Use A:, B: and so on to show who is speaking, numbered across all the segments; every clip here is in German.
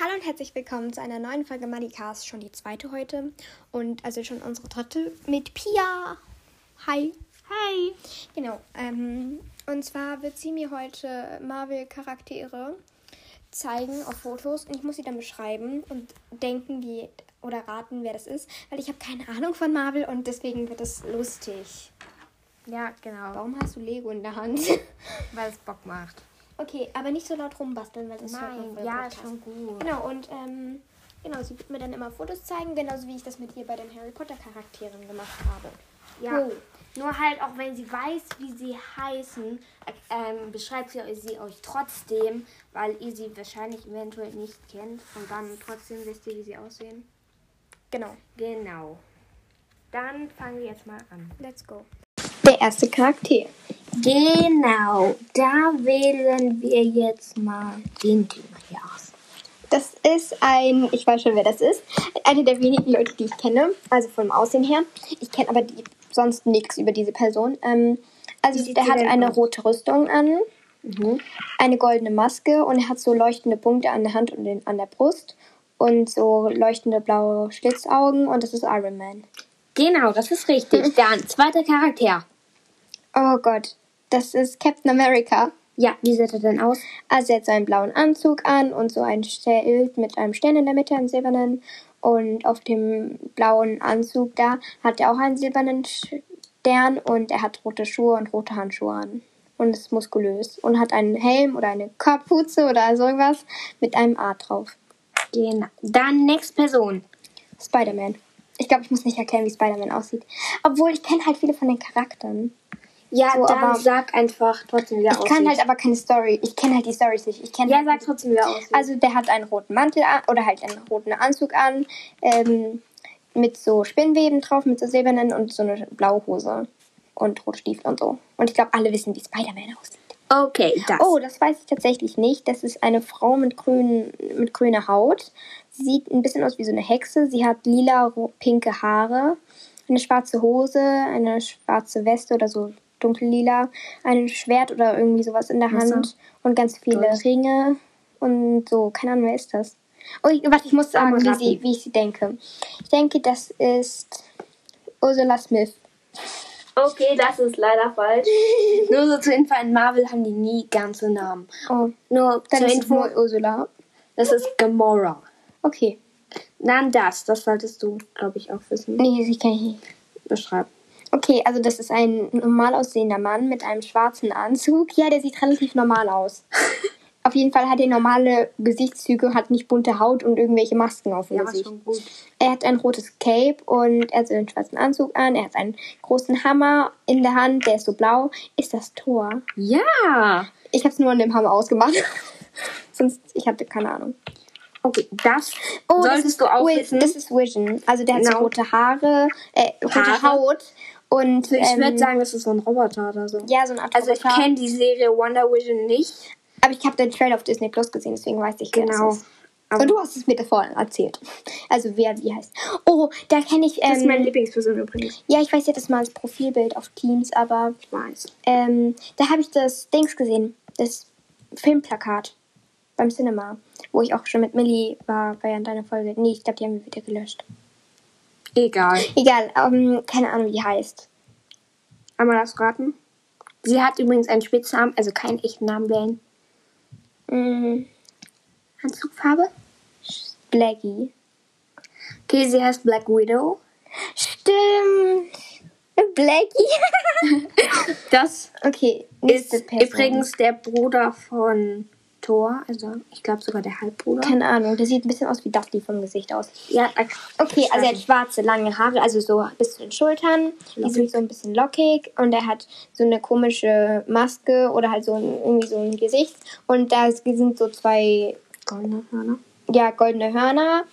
A: Hallo und herzlich willkommen zu einer neuen Folge Madicast, schon die zweite heute und also schon unsere dritte mit Pia. Hi.
B: Hi.
A: Genau. Ähm, und zwar wird sie mir heute Marvel-Charaktere zeigen auf Fotos und ich muss sie dann beschreiben und denken, wie oder raten, wer das ist, weil ich habe keine Ahnung von Marvel und deswegen wird es lustig.
B: Ja, genau,
A: Warum hast du Lego in der Hand?
B: weil es Bock macht.
A: okay, aber nicht so laut rumbasteln, weil das hört man
B: Nein,
A: beim
B: ja,
A: Podcast.
B: schon gut.
A: Genau, und ähm, genau, sie wird mir dann immer Fotos zeigen, genauso wie ich das mit ihr bei den Harry Potter Charakteren gemacht habe.
B: Ja.
A: Oh.
B: Nur halt auch, wenn sie weiß, wie sie heißen, äh, ähm, beschreibt sie, sie euch trotzdem, weil ihr sie wahrscheinlich eventuell nicht kennt und dann trotzdem wisst ihr, wie sie aussehen.
A: Genau,
B: Genau. Dann fangen wir jetzt mal an.
A: let's go. Der erste Charakter.
B: Genau, da wählen wir jetzt mal den Thema hier aus.
A: Das ist ein, ich weiß schon, wer das ist, eine der wenigen Leute, die ich kenne, also vom Aussehen her. Ich kenne aber die, sonst nichts über diese Person. Ähm, also
B: sieht
A: der
B: sie
A: hat
B: denn
A: eine
B: aus?
A: rote Rüstung an,
B: Mhm.
A: eine goldene Maske und er hat so leuchtende Punkte an der Hand und den, an der Brust und so leuchtende blaue Schlitzaugen und das ist Iron Man.
B: Genau, das ist richtig. Dann zweiter Charakter.
A: Oh Gott, das ist Captain America.
B: Ja, wie sieht er denn aus?
A: Also er hat so einen blauen Anzug an und so ein Schild mit einem Stern in der Mitte, einem silbernen. Und auf dem blauen Anzug da hat er auch einen silbernen Stern und er hat rote Schuhe und rote Handschuhe an. Und ist muskulös und hat einen Helm oder eine Kapuze oder sowas mit einem A drauf.
B: Genau. Dann nächste Person.
A: Spider-Man. Ich glaube, ich muss nicht erklären, wie Spider-Man aussieht. Obwohl, ich kenne halt viele von den Charakteren.
B: Ja,
A: So,
B: dann
A: aber-
B: sag einfach trotzdem, wie er
A: Ich kann
B: aussieht.
A: halt aber keine Story. Ich kenne halt die Stories nicht. Ich kenne
B: ja,
A: halt
B: sag trotzdem, wie er aussieht.
A: Also der hat einen roten Mantel an, oder halt einen roten Anzug an, ähm, mit so Spinnweben drauf, mit so silbernen und so eine blaue Hose und rote Stiefel und so. Und ich glaube, alle wissen, wie Spider-Man aussieht.
B: okay, das.
A: Oh, das weiß ich tatsächlich nicht. Das ist eine Frau mit, grün, mit grüner Haut. Sie sieht ein bisschen aus wie so eine Hexe. Sie hat lila, ro- pinke Haare, eine schwarze Hose, eine schwarze Weste oder so dunkellila, ein Schwert oder irgendwie sowas in der
B: Messer.
A: Hand und ganz viele
B: Gold.
A: Ringe und so. Keine Ahnung, wer ist das? Oh, ich- warte, ich muss sagen,
B: Einmal
A: wie,
B: raten.
A: sie, wie ich sie denke. Ich denke, das ist Ursula Smith.
B: Okay, das ist leider falsch. Nur so zur Info, in Marvel haben die nie ganze Namen.
A: Oh,
B: Nur
A: dann
B: zur
A: ist es
B: Info,
A: nur Ursula.
B: das ist Gamora.
A: Okay.
B: Dann das, das solltest du, glaube ich, auch wissen.
A: Nee, sie kenne ich nicht.
B: Beschreiben.
A: Okay, also das ist ein normal aussehender Mann mit einem schwarzen Anzug. Ja, der sieht relativ normal aus. auf jeden Fall hat er normale Gesichtszüge, hat nicht bunte Haut und irgendwelche Masken auf dem Gesicht.
B: gut.
A: Er hat ein rotes Cape und er hat so einen schwarzen Anzug an. Er hat einen großen Hammer in der Hand, der ist so blau. Ist das Tor?
B: Ja.
A: Ich habe es nur an dem Hammer ausgemacht. Sonst, ich hatte keine Ahnung.
B: Okay, das
A: Oh, das
B: solltest
A: ist,
B: du auch
A: Wi-
B: wissen.
A: das ist Vision. Also der hat so
B: Genau.
A: rote Haare, äh, rote
B: Haare. Also
A: Haut und
B: ich
A: ähm,
B: würde sagen, das ist so ein Roboter oder so.
A: ja, so eine Art
B: Also ich
A: roter-
B: kenne die Serie Wonder Vision nicht.
A: Aber ich habe den Trailer auf Disney Plus gesehen, deswegen weiß ich, wer
B: Genau.
A: das ist. Aber du hast es mir vorhin erzählt. Also wer wie heißt. Oh, da kenne ich.
B: Das ist meine
A: Ähm,
B: Lieblingsperson übrigens.
A: ja, ich weiß ja, das mal als Profilbild auf Teams, aber
B: Ich weiß.
A: ähm, da habe ich das Dings gesehen. Das Filmplakat beim Cinema. Wo ich auch schon mit Millie war bei deiner Folge. Nee, ich glaube, die haben wir wieder gelöscht.
B: Egal.
A: Egal, ähm, keine Ahnung, wie die heißt.
B: Einmal das raten. Sie hat übrigens einen Spitznamen, also keinen echten Namen wählen.
A: Mm,
B: Anzugfarbe?
A: Blackie.
B: Okay, sie heißt Black Widow.
A: Stimmt. Blackie.
B: Das
A: okay,
B: ist
A: nächste Person.
B: übrigens der Bruder von Thor, also ich glaube sogar der Halbbruder.
A: Keine Ahnung, der sieht ein bisschen aus wie Dudley vom Gesicht aus.
B: ja,
A: Okay, also er hat schwarze, lange Haare, also so bis zu den Schultern. Die sind so ein bisschen lockig und er hat so eine komische Maske oder halt so ein, irgendwie so ein Gesicht. Und da ist- sind so zwei,
B: goldene Hörner.
A: ja, goldene Hörner.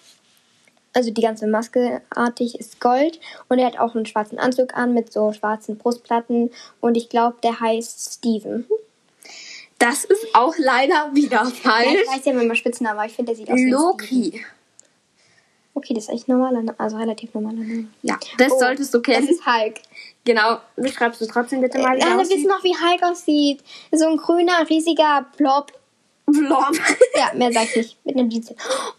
A: Also die ganze Maske artig ist Gold. Und er hat auch einen schwarzen Anzug an mit so schwarzen Brustplatten. Und ich glaube, der heißt Steven.
B: Das ist auch leider wieder
A: Ja, ich
B: falsch.
A: weiß ja immer mal Spitznamen, aber ich finde, der sieht aus wie Steven.
B: Loki.
A: Okay, das ist echt normaler, Na- also relativ normaler Name.
B: Ja, das Äh,
A: Oh,
B: solltest du kennen.
A: Das ist Hulk.
B: genau. Beschreibst du trotzdem bitte mal. wie
A: Äh, Alle
B: er aussieht?
A: wissen noch, wie Hulk aussieht. So ein grüner, riesiger Blob.
B: Blob.
A: Ja, mehr sag ich nicht. Mit einem Blitz.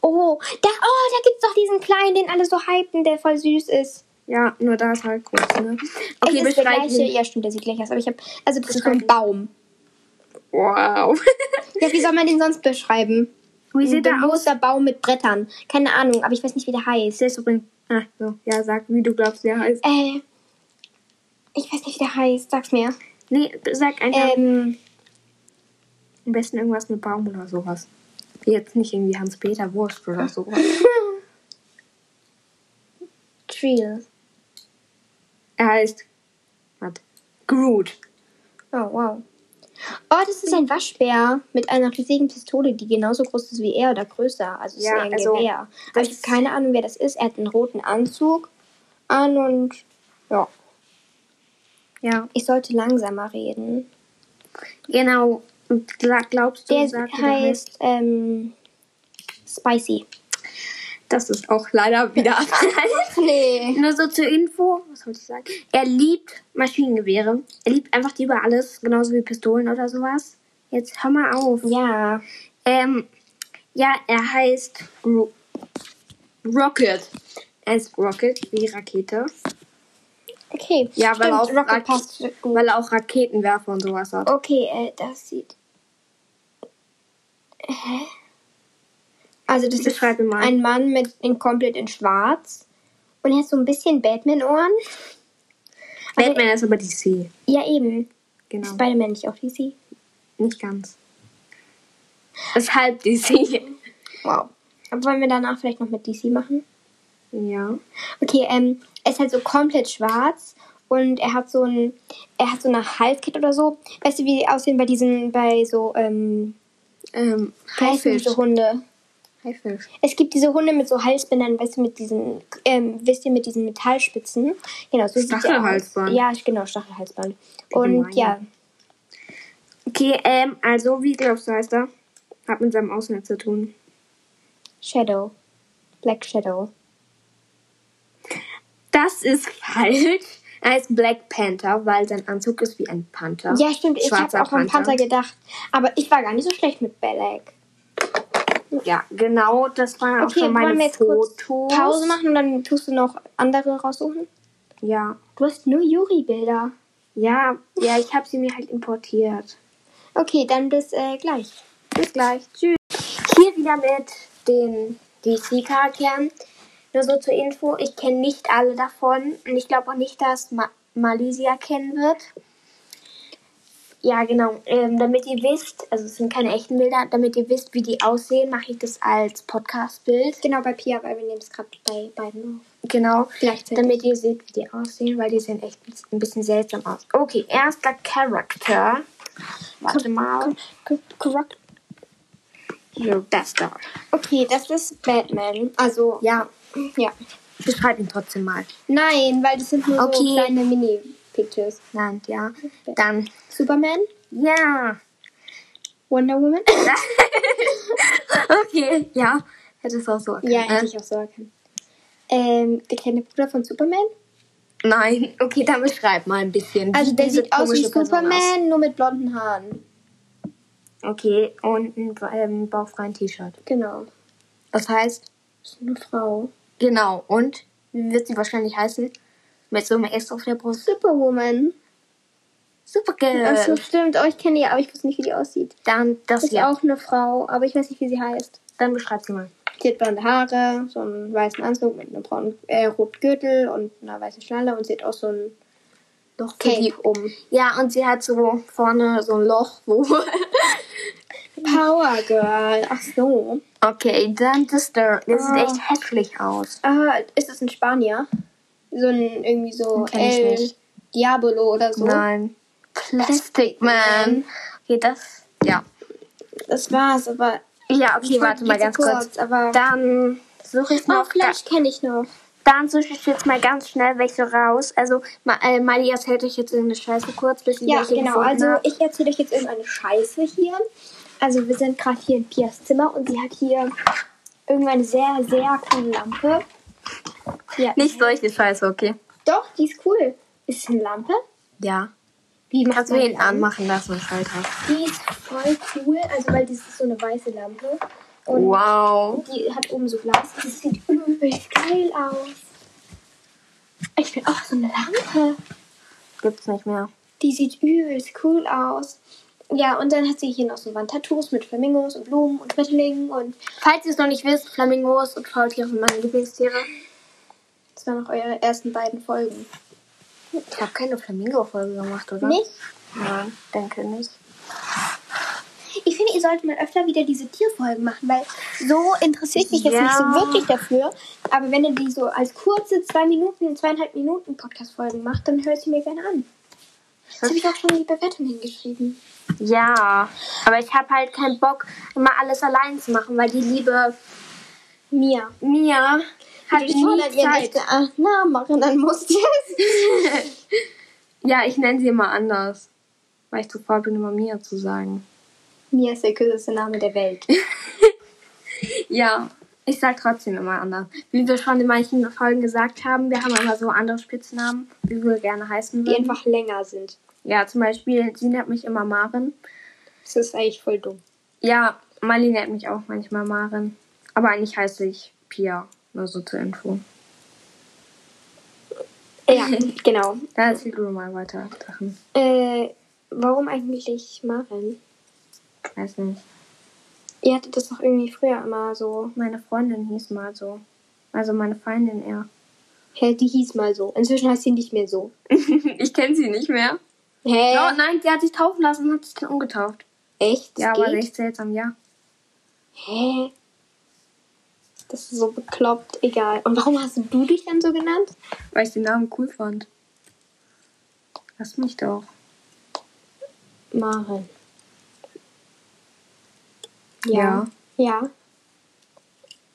A: Oh, da, oh, da gibt's doch diesen kleinen, den alle so hypen, der voll süß ist.
B: Ja, nur da ist halt kurz,
A: Okay,
B: ne? Okay,
A: es ist der
B: beschreib
A: gleiche.
B: ihn.
A: Ja, stimmt, der sieht gleich aus. Aber ich habe, also das ist so
B: Beschreib
A: ein
B: ihn.
A: Baum.
B: Wow.
A: Ja, wie soll man den sonst beschreiben?
B: Wie
A: Ein
B: sieht er aus?
A: großer Baum mit Brettern. Keine Ahnung, aber ich weiß nicht, wie der heißt.
B: Der ist übrigens. Ah, so. Ja, sag, wie du glaubst, der heißt.
A: Äh, ich weiß nicht, wie der heißt. Sag's mir.
B: Nee, sag einfach
A: Ähm,
B: am besten irgendwas mit Baum oder sowas. Jetzt nicht irgendwie Hans-Peter Wurst oder sowas.
A: Trill.
B: Er heißt. Warte. Groot.
A: Oh, wow. Oh, das ist
B: Hm.
A: ein Waschbär mit einer riesigen Pistole, die genauso groß ist wie er oder größer. Also es
B: Ja,
A: ist eher ein
B: also,
A: Gewehr. Aber ich habe
B: das-
A: keine Ahnung, wer das ist. Er hat einen roten Anzug an und ja.
B: Ja.
A: Ich sollte langsamer reden.
B: Genau. Und gla- glaubst du,
A: Der
B: sag, wie der heißt?
A: heißt ähm, Spicy.
B: Das ist auch leider wieder abgehalten.
A: Nee.
B: Nur so zur Info, was wollte ich sagen? Er liebt Maschinengewehre. Er liebt einfach lieber alles, genauso wie Pistolen oder sowas. Jetzt hör mal auf.
A: Ja.
B: Ähm, ja, er heißt Ro Rocket. Er ist Rocket, wie Rakete.
A: Okay.
B: Ja, weil
A: Stimmt,
B: auch
A: Rocket
B: Rak-
A: passt gut.
B: Weil er auch Raketenwerfer und sowas hat.
A: Okay, äh, das sieht. Hä? Also das ist
B: Beschreib ihn mal.
A: ein Mann mit in komplett in Schwarz und er hat so ein bisschen Batman-Ohren.
B: Batman ist aber DC.
A: Ja eben.
B: Genau.
A: Ist Spider-Man nicht auch DC?
B: Nicht ganz. Ist halb DC.
A: Wow. Aber wollen wir danach vielleicht noch mit DC machen?
B: ja.
A: Okay, ähm, er ist halt so komplett schwarz und er hat so ein, er hat so eine Halskette oder so. Weißt du, wie die aussehen bei diesen, bei so ähm,
B: Ähm,
A: wie heißen
B: Haifisch.
A: diese Hunde?
B: Haifisch.
A: Es gibt diese Hunde mit so Halsbändern, weißt du, mit diesen, ähm, wisst ihr, mit diesen Metallspitzen. Genau, so sieht der aus.
B: Stachelhalsband.
A: Ja, genau, Stachelhalsband. Und
B: gemein.
A: ja,
B: Okay, ähm, also, wie glaubst du, heißt er? Hat mit seinem Aussehen zu tun.
A: Shadow. Black Shadow.
B: Das ist falsch. Er heißt Black Panther, weil sein Anzug ist wie ein Panther.
A: Ja, stimmt, ich habe
B: Schwarzer
A: auch an Panther gedacht. Aber ich war gar nicht so schlecht mit Black.
B: Ja, genau, das waren auch
A: Okay,
B: schon meine
A: wollen wir jetzt
B: Fotos.
A: kurz Pause machen und dann tust du noch andere raussuchen?
B: Ja.
A: Du hast nur Yuri-Bilder.
B: Ja, ja, ich habe sie mir halt importiert.
A: Okay, dann bis äh, gleich.
B: Bis gleich. Tschüss. Hier wieder mit den DC-Charakteren. Nur so zur Info, ich kenne nicht alle davon und ich glaube auch nicht, dass Ma Malaysia kennen wird. Ja, genau. Ähm, damit ihr wisst, also es sind keine echten Bilder, damit ihr wisst, wie die aussehen, mache ich das als Podcast-Bild.
A: Genau bei Pia, weil wir nehmen es gerade bei beiden auf.
B: Genau.
A: Gleichzeitig.
B: Damit ihr seht, wie die aussehen, weil die sehen echt ein bisschen seltsam aus. Okay, erster Charakter. Warte mal.
A: Korrekt.
B: Hier, das da.
A: Okay, das ist Batman. Also,
B: Ja,
A: ja.
B: beschreib ihn trotzdem mal.
A: Nein, weil das sind nur so
B: Okay.
A: kleine Mini-Pictures.
B: Nein, ja. Dann.
A: Superman,
B: Ja.
A: Wonder Woman.
B: Okay, ja. Hätte es auch so.
A: ja,
B: erkannt,
A: hätte
B: ne?
A: ich auch sagen können. Ähm, der kleine Bruder von Superman.
B: Nein, okay, dann beschreib mal ein bisschen. wie
A: Also der
B: diese
A: sieht aus wie
B: komische Person
A: Superman, nur mit blonden Haaren.
B: Aus. Okay, und ein ähm, bauchfreien T-Shirt.
A: Genau.
B: Das heißt,
A: Ist eine Frau.
B: genau. Und wie wird sie wahrscheinlich heißen? Mit so einem S auf der Brust.
A: Superwoman.
B: Supergirl.
A: Ach so, stimmt. Oh, ich kenne die, aber ich wusste nicht, wie die aussieht.
B: Dann das
A: Ist
B: hier.
A: auch eine Frau, aber ich weiß nicht, wie sie heißt.
B: Dann beschreib sie mal.
A: Sie hat blonde Haare, so einen weißen Anzug mit einem braunen, äh, roten Gürtel und einer weißen Schnalle und sie hat auch so ein
B: Doch für die-
A: Cape um.
B: Ja, und sie hat so vorne so ein Loch, wo.
A: Power Girl. Ach so.
B: okay, dann das da. Das
A: Ah.
B: sieht echt hässlich aus.
A: Ah, ist das ein Spanier? So ein irgendwie so
B: Kenn ich
A: El
B: nicht.
A: Diabolo oder so.
B: Nein. Plastic Man. Okay, das. Ja.
A: Das war's, aber
B: Ja, okay, warte mal ganz kurz.
A: aber
B: Dann suche ich
A: oh,
B: noch. Da,
A: Flash kenne ich noch.
B: dann suche ich jetzt mal ganz schnell welche raus. Also, Ma- äh, Malias hält euch jetzt irgendeine Scheiße kurz, bis ich
A: Ja,
B: welche
A: genau.
B: gefunden
A: Also
B: hab.
A: ich erzähle euch jetzt irgendeine Scheiße hier. Also wir sind gerade hier in Pias Zimmer und sie hat hier irgendeine sehr, sehr coole Lampe. Ja.
B: Nicht solche Scheiße, okay.
A: Doch, die ist cool. Ist es eine Lampe?
B: Ja.
A: Wie macht
B: Kannst du
A: man
B: ihn
A: die an?
B: anmachen lassen, Schalter.
A: Die ist voll voll cool. Also, weil das ist so eine weiße Lampe. Und
B: Wow.
A: die hat oben so Glas. Das sieht übelst geil aus. Ich will auch so eine Lampe.
B: Gibt's nicht mehr.
A: Die sieht übelst cool aus. Ja, und dann hat sie hier noch so Wand Tattoos mit Flamingos und Blumen und Schmetterlingen und falls ihr es noch nicht wisst, Flamingos und Faultiere sind meine Lieblingstiere. Das waren noch eure ersten beiden Folgen.
B: Ich habe keine Flamingo-Folge gemacht, oder?
A: Nicht?
B: Nein, denke nicht.
A: Ich finde, ihr solltet mal öfter wieder diese Tierfolgen machen, weil so interessiert mich jetzt
B: Ja.
A: nicht so wirklich dafür. Aber wenn ihr die so als kurze zwei Minuten, zweieinhalb Minuten Podcast-Folgen macht, dann höre ich sie mir gerne an. Das habe ich auch schon in die Bewertung hingeschrieben.
B: Ja.
A: Aber ich habe halt keinen Bock, immer alles allein zu machen, weil die liebe Mia
B: Mia hat
A: hat nie Zeit.
B: Zeit.
A: Namen machen, dann musst ihr es.
B: Ja, ich nenne sie immer anders. Weil ich zu faul bin, immer Mia zu sagen.
A: Mia ist der kürzeste Name der Welt.
B: Ja, ich sag trotzdem immer anders. Wie wir schon in manchen Folgen gesagt haben, wir haben immer so andere Spitznamen, wie wir gerne heißen
A: Die
B: würden.
A: einfach länger sind.
B: Ja, zum Beispiel, sie nennt mich immer Maren.
A: Das ist eigentlich voll dumm.
B: Ja, Mali nennt mich auch manchmal Maren. Aber eigentlich heiße ich Pia. Nur so zur Info.
A: Ja, genau.
B: Da erzähl du mal weiter Sachen.
A: Äh, warum eigentlich Maren?
B: Weiß nicht.
A: Ihr hattet das doch irgendwie früher immer so.
B: Meine Freundin hieß mal so. Also meine Feindin eher.
A: Hä, die hieß mal so. Inzwischen heißt sie nicht mehr so.
B: ich kenne sie nicht mehr.
A: Hä?
B: Oh, nein, sie hat sich taufen lassen und hat sich dann umgetauft.
A: Echt?
B: Ja,
A: Geht?
B: aber echt seltsam, ja.
A: Hä? Das ist so bekloppt. Egal. Und warum hast du dich dann so genannt?
B: Weil ich den Namen cool fand. Lass mich doch.
A: Maren.
B: Ja.
A: Ja.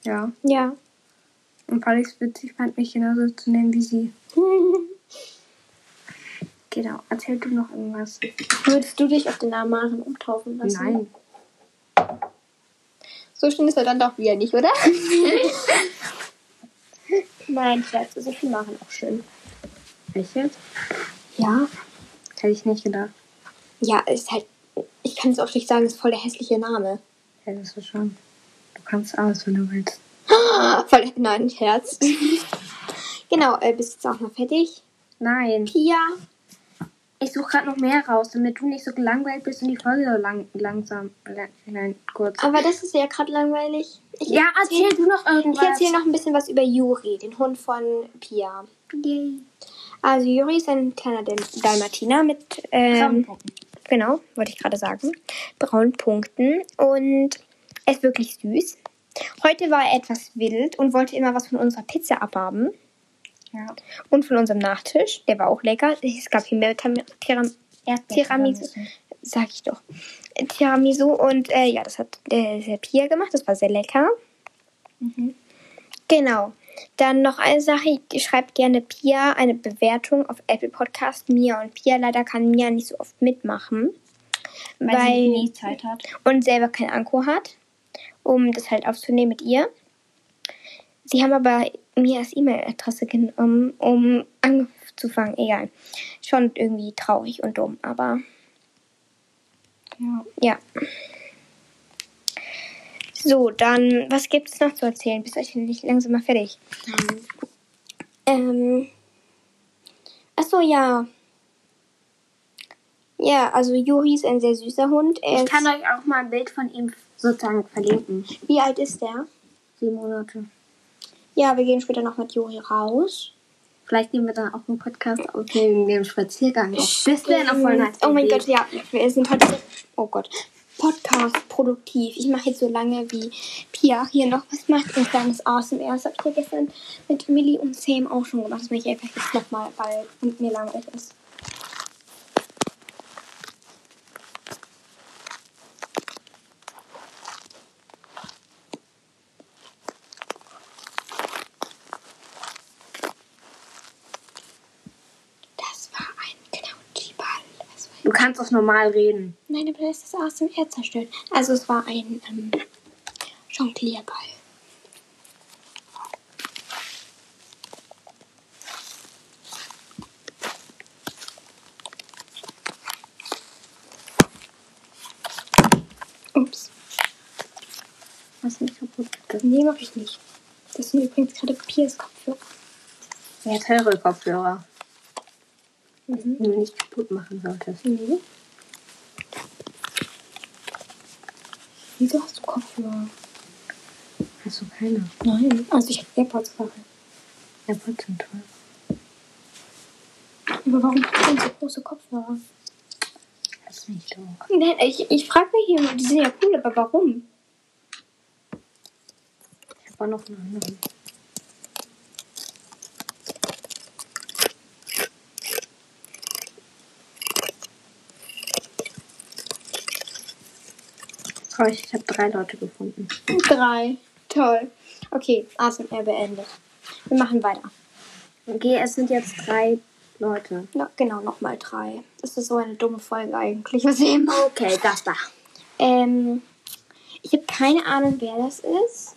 B: Ja.
A: Ja.
B: Und weil ich es witzig fand, mich genauso zu nennen wie sie. Genau. Erzähl du noch irgendwas.
A: Würdest du dich auf den Namen Maren umtaufen lassen?
B: Nein.
A: So schön ist er dann doch wieder nicht, oder? Nein, Scherz, also ich finde Maren auch schön.
B: Echt jetzt?
A: Ja.
B: Hätte ich nicht gedacht.
A: Ja, ist halt. Ich kann es auch nicht sagen, ist voll der hässliche Name.
B: Hättest du schon. Du kannst alles, wenn du willst.
A: Ah, Voll, nein, Herz. genau, äh, bist jetzt auch mal fertig.
B: Nein.
A: Pia.
B: Ich suche gerade noch mehr raus, damit du nicht so gelangweilt bist und die Folge so lang, langsam. Lang, nein, kurz.
A: Aber das ist ja gerade langweilig. Ich,
B: Ja, erzähl du noch
A: ich erzähle
B: irgendwas.
A: noch ein bisschen was über Juri, den Hund von Pia.
B: Yay.
A: Also Juri ist ein kleiner Dal Dalmatiner mit ähm, genau, wollte ich gerade sagen, braunen Punkten und er ist wirklich süß. Heute war er etwas wild und wollte immer was von unserer Pizza abhaben
B: Ja.
A: und von unserem Nachtisch. Der war auch lecker. Es gab hier mehr Tam Tiram Tiramisu, sag ich doch. Äh, Tiramisu und äh, ja, das hat äh, der Pia gemacht. Das war sehr lecker. Genau. Dann noch eine Sache, ihr schreibt gerne Pia eine Bewertung auf Apple Podcast Mia und Pia. Leider kann Mia nicht so oft mitmachen. Weil,
B: Zeit hat.
A: und selber kein Anko hat, um das halt aufzunehmen mit ihr. Sie haben aber Mias E-Mail-Adresse genommen, um anzufangen. Egal. Schon irgendwie traurig und dumm, aber
B: Ja.
A: ja. So, dann, was gibt es noch zu erzählen? Bist euch nicht langsam mal fertig? Ähm. Achso, ja. Ja, also Juri ist ein sehr süßer Hund. Er
B: Ich kann
A: ist,
B: euch auch mal ein Bild von ihm sozusagen verlinken.
A: wie alt ist der?
B: Sieben Monate.
A: Ja, wir gehen später noch mit Juri raus.
B: Vielleicht nehmen wir dann auch einen Podcast auf neben dem Spaziergang. auf. Das wäre noch voll nice.
A: Oh mein
B: Idee.
A: Gott, ja, wir sind heute. Oh Gott. Podcast produktiv. Ich mache jetzt so lange, wie Pia hier noch was macht. Ein kleines ASMR. Das habe ich ja gestern mit Millie und Sam auch schon gemacht. Das mache ich einfach jetzt nochmal, weil mit mir langweilig ist. Das war ein Knautschiball. Das war
B: Du kannst auch normal reden.
A: Nein, aber das ist aus dem Erd zerstört. Also es war ein ähm, Jonglierball.
C: Was ist nicht kaputt?
A: Nee, mach ich nicht. Das sind übrigens gerade Piers-Kopfhörer.
B: Ja, teure Kopfhörer,
A: Mhm.
B: die du nicht kaputt machen solltest.
A: Nee. Wieso hast du Kopfhörer?
B: Hast du keine?
A: Nein. Also ich habe AirPods gerade.
B: Ja, putzen toll.
A: Aber warum hast du denn so große Kopfhörer?
B: Das ist nicht doof.
A: Nein, ich, ich frage mich immer, die sind ja cool, aber warum?
B: Ich habe auch noch einen anderen. Oh, ich habe drei Leute gefunden.
A: Drei. Toll. Okay, ASMR beendet. Wir machen weiter.
B: Okay, es sind jetzt drei Leute.
A: Na, genau, nochmal drei. Das ist so eine dumme Folge eigentlich, was wir immer.
B: Okay, das da.
A: Ähm, ich habe keine Ahnung, wer das ist.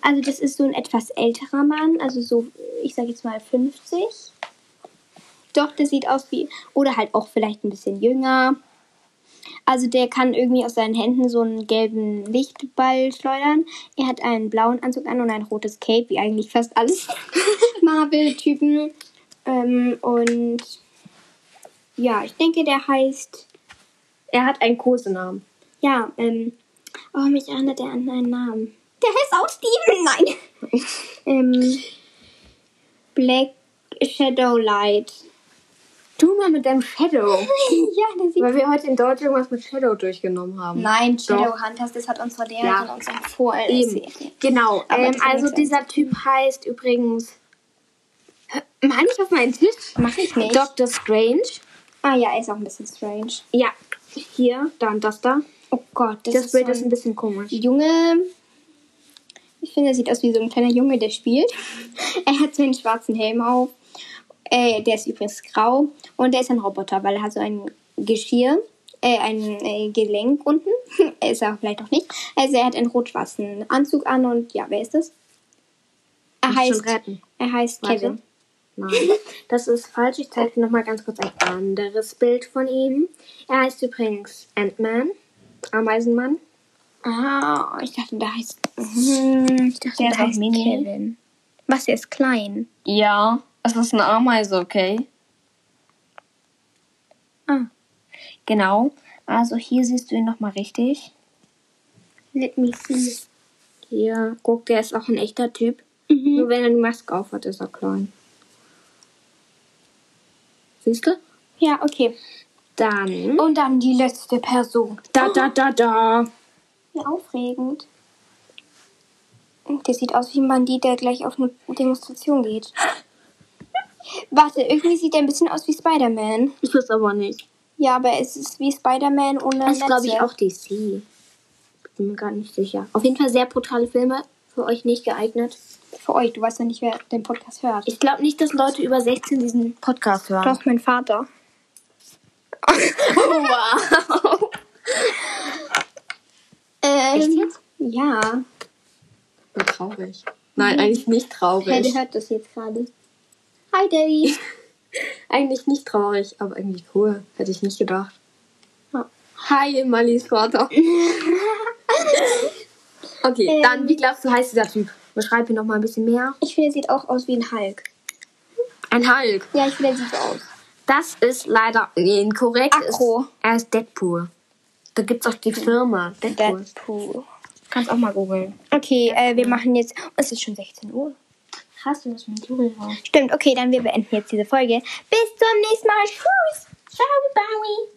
A: Also das ist so ein etwas älterer Mann, also so, ich sage jetzt mal 50. Doch, der sieht aus wie, oder halt auch vielleicht ein bisschen jünger. Also der kann irgendwie aus seinen Händen so einen gelben Lichtball schleudern. Er hat einen blauen Anzug an und ein rotes Cape, wie eigentlich fast alles Marvel-Typen. Ähm, und ja, ich denke, der heißt
B: Er hat einen Kosenamen.
A: ja, ähm. Oh, mich erinnert er an einen Namen. Der heißt auch Steven. Nein. ähm. Black Shadow Light.
B: Tu mal mit deinem Shadow.
A: ja, der sieht.
B: Weil wir heute in Deutsch irgendwas mit Shadow durchgenommen haben.
A: Nein, Shadow Hunters, das hat unsere Lehrerin
B: Ja.
A: uns empfohlen.
B: Eben. Genau.
A: Aber
B: Ähm,
A: das
B: also
A: ist-
B: dieser Typ heißt übrigens. Mann, ich auf meinen Tisch.
A: Mach ich nicht.
B: Dr. Strange.
A: Ah ja, er ist auch ein bisschen strange.
B: Ja. Hier, dann das da.
A: Oh Gott, das,
B: Das,
A: ist
B: Bild
A: so
B: ist ein bisschen komisch.
A: Junge. Ich finde, er sieht aus wie so ein kleiner Junge, der spielt. er hat so einen schwarzen Helm auf. Äh, der ist übrigens grau. Und der ist ein Roboter, weil er hat so ein Geschirr, äh, ein äh, Gelenk unten. ist er vielleicht auch nicht. Also er hat einen rot-schwarzen Anzug an und ja, wer ist das? Er
B: Musst schon
A: heißt,
B: retten.
A: er heißt
B: Warte.
A: Kevin.
B: Nein, das ist falsch. Ich zeige dir nochmal ganz kurz ein anderes Bild von ihm. Er heißt übrigens Ant-Man, Ameisenmann.
A: Ah, ich dachte, der heißt. Mhm, ich dachte,
B: Der
A: der,
B: heißt
A: heißt
B: Mini.
A: Kevin. Was, der ist klein.
B: Ja, es ist eine Ameise, okay?
A: Ah.
B: Genau. Also hier siehst du ihn nochmal richtig.
A: Let me see.
B: Hier, guck, der ist auch ein echter Typ.
A: Mhm.
B: Nur wenn er die Maske aufhat, ist er klein. Siehst du?
A: Ja, okay.
B: Dann.
A: Und dann die letzte Person.
B: Oh. Da, da, da, da.
A: Wie aufregend. Der sieht aus wie ein Bandit, der gleich auf eine Demonstration geht. Warte, irgendwie sieht er ein bisschen aus wie Spider-Man.
B: Ich weiß aber nicht.
A: Ja, aber es ist wie Spider-Man ohne
B: Das ist, glaube ich,
A: Netze.
B: auch DC. Bin mir gar nicht sicher. Auf jeden Fall sehr brutale Filme. Für euch nicht geeignet.
A: Für euch, du weißt ja nicht, wer den Podcast hört.
B: Ich glaube nicht, dass Leute über 16 diesen Podcast hören.
A: Doch, mein Vater. Ähm,
B: Echt jetzt?
A: Ja.
B: War traurig. Nein, eigentlich nicht
A: Hey, der
B: traurig.
A: hört das jetzt gerade. Hi, Daddy.
B: Eigentlich nicht traurig, aber irgendwie cool. Hätte ich nicht gedacht.
A: Ja.
B: Hi, Malis Vater. okay,
A: Ähm.
B: dann, wie glaubst du, heißt dieser Typ? Beschreib ihn noch mal ein bisschen mehr.
A: Ich finde, er sieht auch aus wie ein Hulk.
B: Ein Hulk.
A: Ja, ich finde, er sieht so aus.
B: Das ist leider inkorrekt.
A: Akro.
B: Er ist Deadpool. Da gibt's auch die Firma. Deadpool.
A: Deadpool.
B: Kannst auch mal googeln.
A: Okay, äh, wir machen jetzt. Oh, es ist schon 16 Uhr.
B: Hast du das mit Google drauf?
A: Stimmt, okay, dann wir beenden jetzt diese Folge. Bis zum nächsten Mal. Tschüss. Ciao, Bowie.